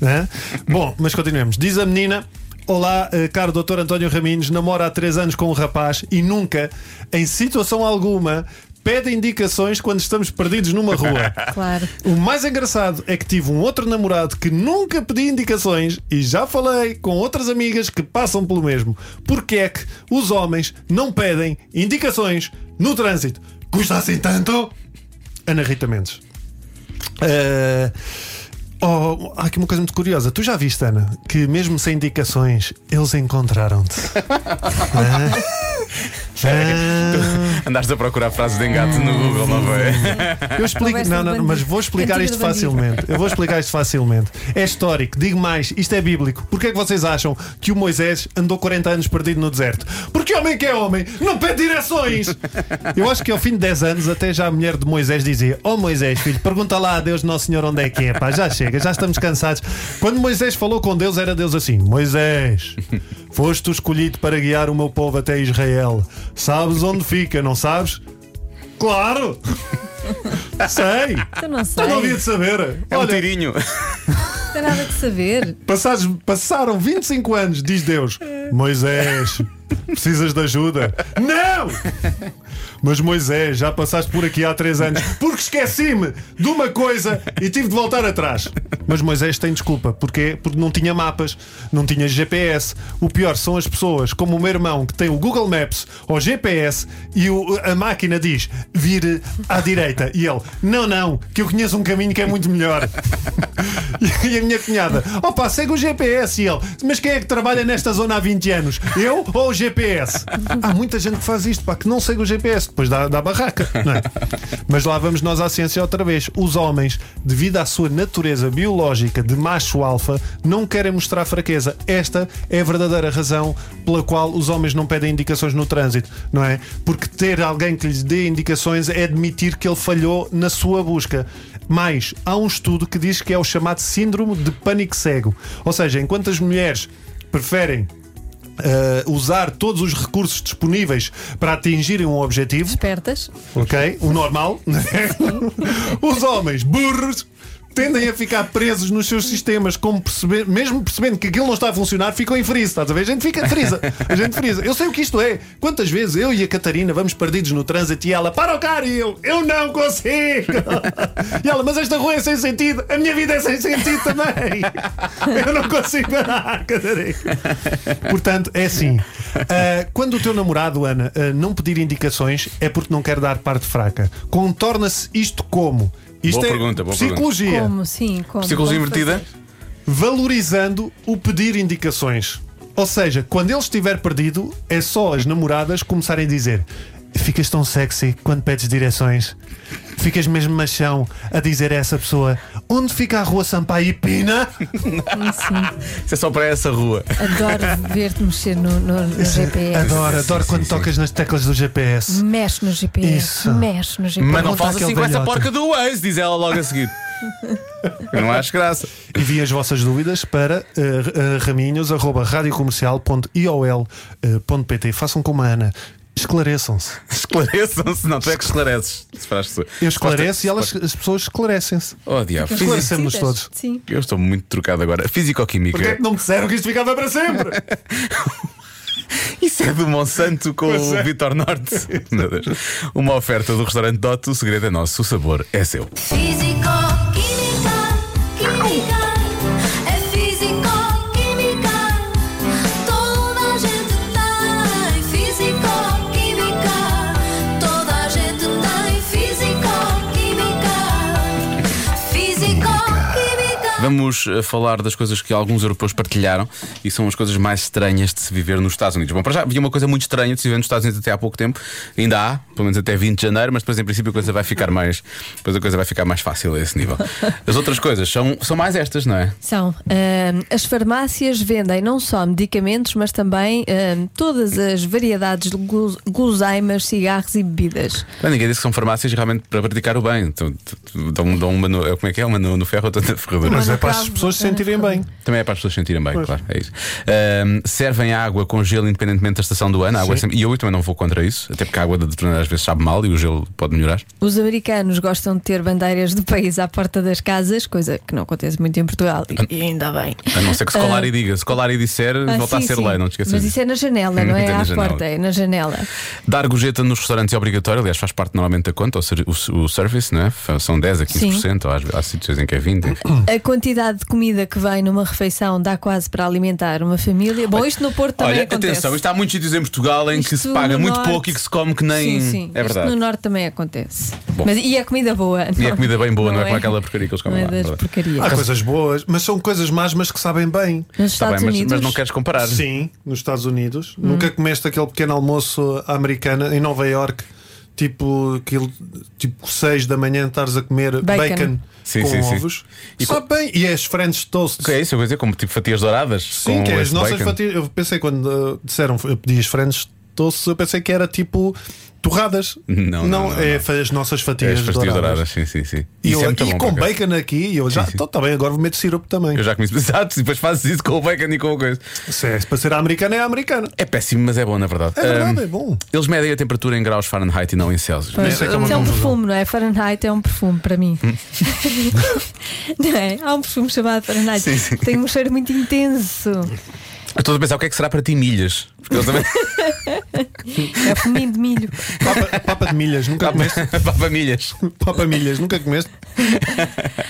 Speaker 4: né? Bom, mas continuemos. Diz a menina. Olá, eh, caro Dr. António Raminhos, namora há três anos com um rapaz e nunca, em situação alguma, pede indicações quando estamos perdidos numa rua.
Speaker 2: Claro.
Speaker 4: O mais engraçado é que tive um outro namorado que nunca pedi indicações e já falei com outras amigas que passam pelo mesmo. Porque é que os homens não pedem indicações no trânsito? Custa assim tanto? Ana Rita Mendes. Ah, oh, há aqui uma coisa muito curiosa. Tu já viste, Ana, que mesmo sem indicações eles encontraram-te. Ah? Ah?
Speaker 3: Andaste a procurar frases de engate no Google, não
Speaker 4: Uhum.
Speaker 3: foi?
Speaker 4: Eu explico,
Speaker 2: Conversa
Speaker 4: não,
Speaker 2: do
Speaker 4: não,
Speaker 2: bandido.
Speaker 4: mas vou explicar
Speaker 2: Cantiga
Speaker 4: isto
Speaker 2: do bandido.
Speaker 4: facilmente. Eu vou explicar isto facilmente. É histórico, digo mais, isto é bíblico. Porquê é que vocês acham que o Moisés andou 40 anos perdido no deserto? Porque homem que é homem, não pede direções! Eu acho que ao fim de 10 anos, até já a mulher de Moisés dizia: Ó Moisés, filho, pergunta lá a Deus, Nosso Senhor, onde é que é, pá, já chega, já estamos cansados. Quando Moisés falou com Deus, era Deus assim: Moisés, foste tu escolhido para guiar o meu povo até Israel. Sabes onde fica, não sabes? Claro! Sei!
Speaker 2: Então não sei.
Speaker 4: Está não havia de saber.
Speaker 3: É um
Speaker 4: Olha,
Speaker 3: tirinho.
Speaker 2: Não tem nada que saber.
Speaker 4: passados, passaram 25 anos, diz Deus. Moisés, precisas de ajuda? Não! Mas Moisés, já passaste por aqui há 3 anos porque esqueci-me de uma coisa e tive de voltar atrás. Mas Moisés tem desculpa. Porquê? Porque não tinha mapas, não tinha GPS. O pior são as pessoas, como o meu irmão, que tem o Google Maps ou GPS e o- a máquina diz vir eh, à direita. E ele, não, não, que eu conheço um caminho que é muito melhor. E a minha cunhada, opa, segue o GPS. E ele, mas quem é que trabalha nesta zona há 20 anos? Eu ou o GPS? Há muita gente que faz isto, pá, que não segue o GPS, depois dá, dá barraca. não é? Mas lá vamos nós à ciência outra vez. Os homens, devido à sua natureza biológica de macho alfa, não querem mostrar fraqueza. Esta é a verdadeira razão pela qual os homens não pedem indicações no trânsito, não é? Porque ter alguém que lhes dê indicações é admitir que ele falhou na sua busca. Mais, há um estudo que diz que é o chamado síndrome de pânico cego. Ou seja, enquanto as mulheres preferem eh, usar todos os recursos disponíveis para atingirem um objetivo,
Speaker 2: Espertas.
Speaker 4: ok? O normal, né? os homens burros. Tendem a ficar presos nos seus sistemas, como perceber, mesmo percebendo que aquilo não está a funcionar, ficam em freeze, estás a ver? A gente fica frisa, a gente frisa. Eu sei o que isto é. Quantas vezes eu e a Catarina vamos perdidos no trânsito e ela para o carro e eu, eu não consigo. E ela, mas esta rua é sem sentido, a minha vida é sem sentido também. Eu não consigo parar, Catarina. Portanto, é assim. Ah, quando o teu namorado, Ana, ah, não pedir indicações, é porque não quer dar parte fraca. Contorna-se isto como? Isto
Speaker 3: Boa
Speaker 4: é
Speaker 3: pergunta, boa pergunta.
Speaker 4: psicologia.
Speaker 2: Como, sim, como.
Speaker 3: Psicologia
Speaker 4: Uhum.
Speaker 2: como
Speaker 3: invertida?
Speaker 4: Valorizando o pedir indicações. Ou seja, quando ele estiver perdido, é só as namoradas começarem a dizer: Ficas tão sexy quando pedes direções. Ficas mesmo machão a dizer a essa pessoa onde fica a rua Sampaio e Pina?
Speaker 3: Isso é só para essa rua.
Speaker 2: Adoro ver-te mexer no, no- no GPS.
Speaker 4: Adoro, adoro quando tocas nas teclas do GPS.
Speaker 2: Mexe no GPS.
Speaker 4: Isso.
Speaker 2: Mexe no GPS.
Speaker 3: Mas não
Speaker 4: Pergunta
Speaker 3: faz
Speaker 4: àquele
Speaker 3: assim com essa
Speaker 4: velhote.
Speaker 3: porca do Waze, diz ela logo a seguir. Eu não acho graça.
Speaker 4: Envie as vossas dúvidas para eh, eh, uh, raminhos.radiocomercial.iol.pt. Façam como a Ana. Esclareçam-se.
Speaker 3: Esclareçam-se, não, tu é que esclareces. Se faz- se-
Speaker 4: Eu esclareço e elas, as pessoas esclarecem-se.
Speaker 3: Oh, diabo.
Speaker 4: Fica esclarecemos
Speaker 3: Físico-
Speaker 4: todos.
Speaker 2: Sim.
Speaker 3: Eu estou muito trocado agora. Físico-química.
Speaker 7: Porquê é que não me disseram que isto ficava para sempre?
Speaker 3: Isso é do Monsanto com
Speaker 7: Pois
Speaker 3: o
Speaker 7: é.
Speaker 3: Vitor Norte. Meu Deus. Uma oferta do restaurante Dotto, o segredo é nosso, o sabor é seu.
Speaker 12: Físico, química, química. É físico, química. Toda a gente tem físico, química. Toda a gente tem físico, química. Físico, química.
Speaker 3: Vamos eh, falar das coisas que alguns europeus partilharam e são as coisas mais estranhas de se viver nos Estados Unidos. Bom, para já havia uma coisa muito estranha de se viver nos Estados Unidos até há pouco tempo, ainda há, pelo menos até 20 de janeiro, mas depois em princípio a coisa vai ficar mais, depois a coisa vai ficar mais fácil a esse nível. As outras coisas são, são mais estas, não é?
Speaker 2: São. ahm, as farmácias vendem não só medicamentos, mas também ahm, todas as variedades de gu- guloseimas, cigarros e bebidas.
Speaker 3: Bem, ninguém disse que são farmácias realmente para praticar o bem. Então, t- t- Dão, dão uma no, como é que é? Uma no, no ferro, outra na ferradura.
Speaker 4: Mas é para as pessoas se sentirem bem.
Speaker 3: Também é para as pessoas sentirem bem,
Speaker 4: Pois.
Speaker 3: claro. É isso. Ahm, servem água com gelo independentemente da estação do ano. A água é
Speaker 4: Sim.
Speaker 3: sempre- e eu também não vou contra isso, até porque a água da torneira às vezes sabe mal e o gelo pode melhorar.
Speaker 2: Os americanos gostam de ter bandeiras do país à porta das casas, coisa que não acontece muito em Portugal, e- e ainda bem.
Speaker 3: A não ser que se colar e diga. Se colar e disser,
Speaker 2: Ah,
Speaker 3: volta a
Speaker 2: sim,
Speaker 3: ser
Speaker 2: sim.
Speaker 3: lei, não te esqueças.
Speaker 2: Mas isso é na janela, não é
Speaker 3: É na
Speaker 2: à
Speaker 3: janela.
Speaker 2: porta, é na janela.
Speaker 3: Dar gorjeta nos restaurantes é obrigatório, aliás, faz parte normalmente da conta, o, ser- o- o service, não é? F- São 10 a 15%, ou às- há sítios em que é 20%, enfim.
Speaker 2: A quantidade de comida que vem numa refeição dá quase para alimentar uma família. Bom, isto no Porto também
Speaker 3: Olha,
Speaker 2: acontece.
Speaker 3: atenção, isto há muitos sítios em Portugal em que se
Speaker 2: Isto
Speaker 3: paga
Speaker 2: no
Speaker 3: muito
Speaker 2: norte-
Speaker 3: pouco e que se come que nem.
Speaker 2: Sim, sim.
Speaker 3: É
Speaker 2: Isto
Speaker 3: verdade.
Speaker 2: no Norte também acontece.
Speaker 3: Bom.
Speaker 2: Mas, e é comida boa.
Speaker 3: E é comida bem boa, não, é
Speaker 2: com
Speaker 3: com aquela porcaria que eles comem
Speaker 2: Não é
Speaker 3: lá.
Speaker 2: das
Speaker 3: verdade.
Speaker 2: porcarias.
Speaker 4: Há coisas boas, mas são coisas más, mas que sabem bem.
Speaker 2: Nos Está
Speaker 3: Tá
Speaker 2: Estados bem, mas- Unidos- mas não
Speaker 3: queres comparar?
Speaker 4: Sim, Hum. nos Estados Unidos. Nunca comeste aquele pequeno almoço à americana em Nova Iorque, tipo, aquilo, tipo 6 da manhã, estares a comer
Speaker 2: Bacon.
Speaker 4: bacon,
Speaker 3: Sim,
Speaker 4: com
Speaker 3: sim, sim.
Speaker 4: ovos.
Speaker 3: E
Speaker 4: Sabe bem, e as French toast.
Speaker 3: O que é isso? Eu vou dizer como tipo fatias douradas?
Speaker 4: Sim,
Speaker 3: com
Speaker 4: que é as
Speaker 3: esse
Speaker 4: nossas
Speaker 3: bacon.
Speaker 4: fatias. Eu pensei quando uh, disseram, eu pedi as French toast, eu pensei que era tipo torradas.
Speaker 3: Não, não, não,
Speaker 4: é as nossas
Speaker 3: É
Speaker 4: fatias,
Speaker 3: as fatias douradas, sim, sim, sim.
Speaker 4: E,
Speaker 3: Isso
Speaker 4: eu,
Speaker 3: é muito bom,
Speaker 4: e com
Speaker 3: por acaso.
Speaker 4: bacon aqui, e eu já. Então, tá bem, agora vou meter sirope também.
Speaker 3: Eu já comi pesados e depois fazes isso com o bacon e com o coisa.
Speaker 4: Se é para ser americana, é americana.
Speaker 3: É péssimo, mas é bom, na verdade.
Speaker 4: É verdade,
Speaker 3: Ahm,
Speaker 4: é bom.
Speaker 3: Eles medem a temperatura em graus Fahrenheit e não em Celsius.
Speaker 2: Pois.
Speaker 3: Mas-
Speaker 2: Isso é um perfume, não é? Fahrenheit é um perfume para mim. não é? Há um perfume chamado Fahrenheit.
Speaker 3: Hum. Sim, sim.
Speaker 2: Tem um cheiro muito intenso.
Speaker 3: Eu Estou a pensar o que é que será para ti milhas. Porque eles também.
Speaker 2: É fuminho de milho.
Speaker 4: Papa, papa de milhas, nunca comeste?
Speaker 3: Papa milhas.
Speaker 4: Papa milhas, nunca comeste?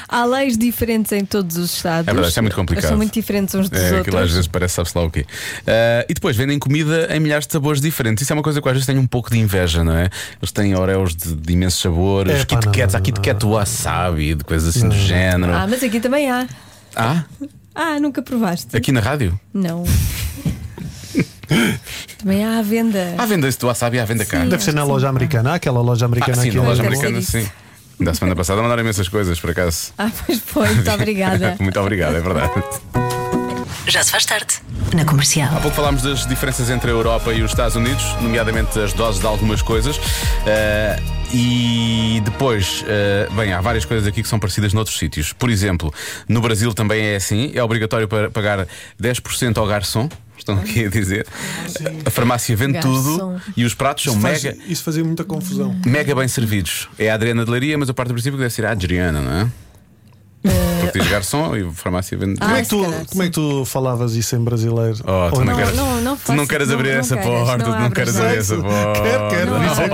Speaker 2: Há leis diferentes em todos os estados.
Speaker 3: É verdade, isso é muito complicado.
Speaker 2: São muito diferentes uns dos
Speaker 3: É, aquilo às
Speaker 2: outros.
Speaker 3: vezes parece, sabe-se lá o quê. Ah, e depois vendem comida em milhares de sabores diferentes. Isso é uma coisa que eu às vezes tenho um pouco de inveja, não é? Eles têm oreos de, de imensos sabores,
Speaker 4: É, pá,
Speaker 3: Kit
Speaker 4: não,
Speaker 3: Kats, há Kit Kat wasabi, de coisas assim do género.
Speaker 2: Ah, mas aqui também há.
Speaker 3: Ah,
Speaker 2: Ah, nunca provaste?
Speaker 3: aqui na rádio?
Speaker 2: Não. também há à venda.
Speaker 3: Há venda esse do wasabi, há venda cá.
Speaker 4: Deve ser na loja americana, há aquela loja
Speaker 3: Ah,
Speaker 4: americana
Speaker 3: sim,
Speaker 4: aqui.
Speaker 3: na
Speaker 4: em
Speaker 3: loja
Speaker 4: Lisboa.
Speaker 3: americana, sim. Da semana passada mandaram imensas coisas, por acaso.
Speaker 2: Ah, pois foi, muito obrigada.
Speaker 3: Muito obrigado, é verdade.
Speaker 1: Já se faz tarde. Na comercial.
Speaker 3: Há pouco falámos das diferenças entre a Europa e os Estados Unidos, nomeadamente as doses de algumas coisas. Ah, e depois, ah, bem, há várias coisas aqui que são parecidas noutros sítios. Por exemplo, no Brasil também é assim: é obrigatório para pagar 10% ao garçom. Estão aqui a dizer. A farmácia vende
Speaker 4: Garçom.
Speaker 3: tudo e os pratos são
Speaker 4: Isso, faz-
Speaker 3: Um mega,
Speaker 4: isso fazia muita confusão.
Speaker 3: mega bem servidos. É a Adriana de Leiria, mas eu parto do princípio que deve ser a Adriana, não é?
Speaker 4: Eh,
Speaker 3: Porque diz garçom e a farmácia vende.
Speaker 4: como, é que tu, como é que tu falavas isso em brasileiro?
Speaker 3: Oh, tu
Speaker 4: Ou
Speaker 3: não, queres,
Speaker 2: não, não
Speaker 3: tu
Speaker 2: faço-
Speaker 3: não queres
Speaker 2: não-
Speaker 3: abrir
Speaker 2: não
Speaker 3: essa
Speaker 2: queiras,
Speaker 3: porta,
Speaker 2: não
Speaker 3: tu não
Speaker 2: abras.
Speaker 3: queres abrir essa
Speaker 4: Quero,
Speaker 3: porta. Oh,
Speaker 4: quero,
Speaker 2: por isso é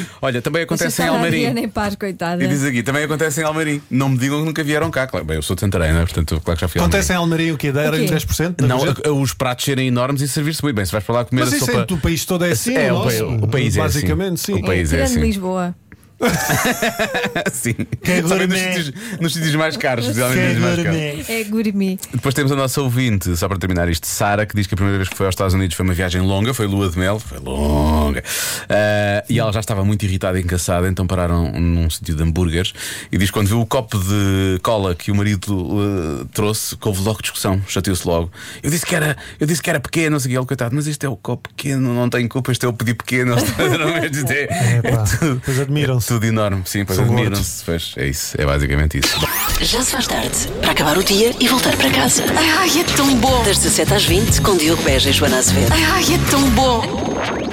Speaker 2: que
Speaker 3: Olha, também acontece em Almarim.
Speaker 2: Nem paz, coitada.
Speaker 3: E diz aqui, também acontece em Almarim. Não me digam que nunca vieram cá. Claro, bem, eu sou de Santarém, não é? Portanto, claro que já fui a
Speaker 4: Acontece em Almeria o quê? Deram-lhe
Speaker 2: O quê?
Speaker 4: 10%? da
Speaker 3: Almarim.
Speaker 4: gorjeta?
Speaker 3: Não, a- os pratos serem enormes e servir-se muito bem. Se vais para lá comer
Speaker 4: Mas
Speaker 3: a
Speaker 4: isso
Speaker 3: sopa.
Speaker 4: é do país todo é assim,
Speaker 3: É,
Speaker 4: o
Speaker 3: o, pa-
Speaker 4: nosso,
Speaker 3: o país é assim.
Speaker 4: basicamente, sim.
Speaker 3: O país é
Speaker 2: Grande
Speaker 3: assim.
Speaker 2: Lisboa.
Speaker 3: sim.
Speaker 4: Que
Speaker 3: Somente
Speaker 4: é
Speaker 3: nos
Speaker 4: gourmet.
Speaker 3: sítios- nos sítios mais caros. especialmente nos mais caros.
Speaker 2: É gourmet.
Speaker 3: Depois temos a nossa ouvinte, só para terminar isto, Sara, que diz que a primeira vez que foi aos Estados Unidos foi uma viagem longa, foi lua de mel, foi longa. Ah, e ela já estava muito irritada e encaçada, então pararam num sítio de hambúrgueres e diz que quando viu o copo de cola que o marido eh, trouxe, que houve logo discussão, chateou-se logo. Eu disse que era, eu disse que era pequeno, não sei o que, ele coitado, mas isto é o copo pequeno, não tem culpa, isto é o pedido pequeno, eles não é, é,
Speaker 4: Epá,
Speaker 3: tudo, é
Speaker 4: Pois admiram-se.
Speaker 3: tudo enorme, sim, pois
Speaker 4: São gordos.
Speaker 3: admiram-se, pois é isso, é basicamente isso.
Speaker 1: Já se faz tarde. Para acabar o dia e voltar para casa. Ai, é tão bom. Das 17 às 20, com Diogo Beja e Joana Azevedo.
Speaker 12: Ai, é tão bom.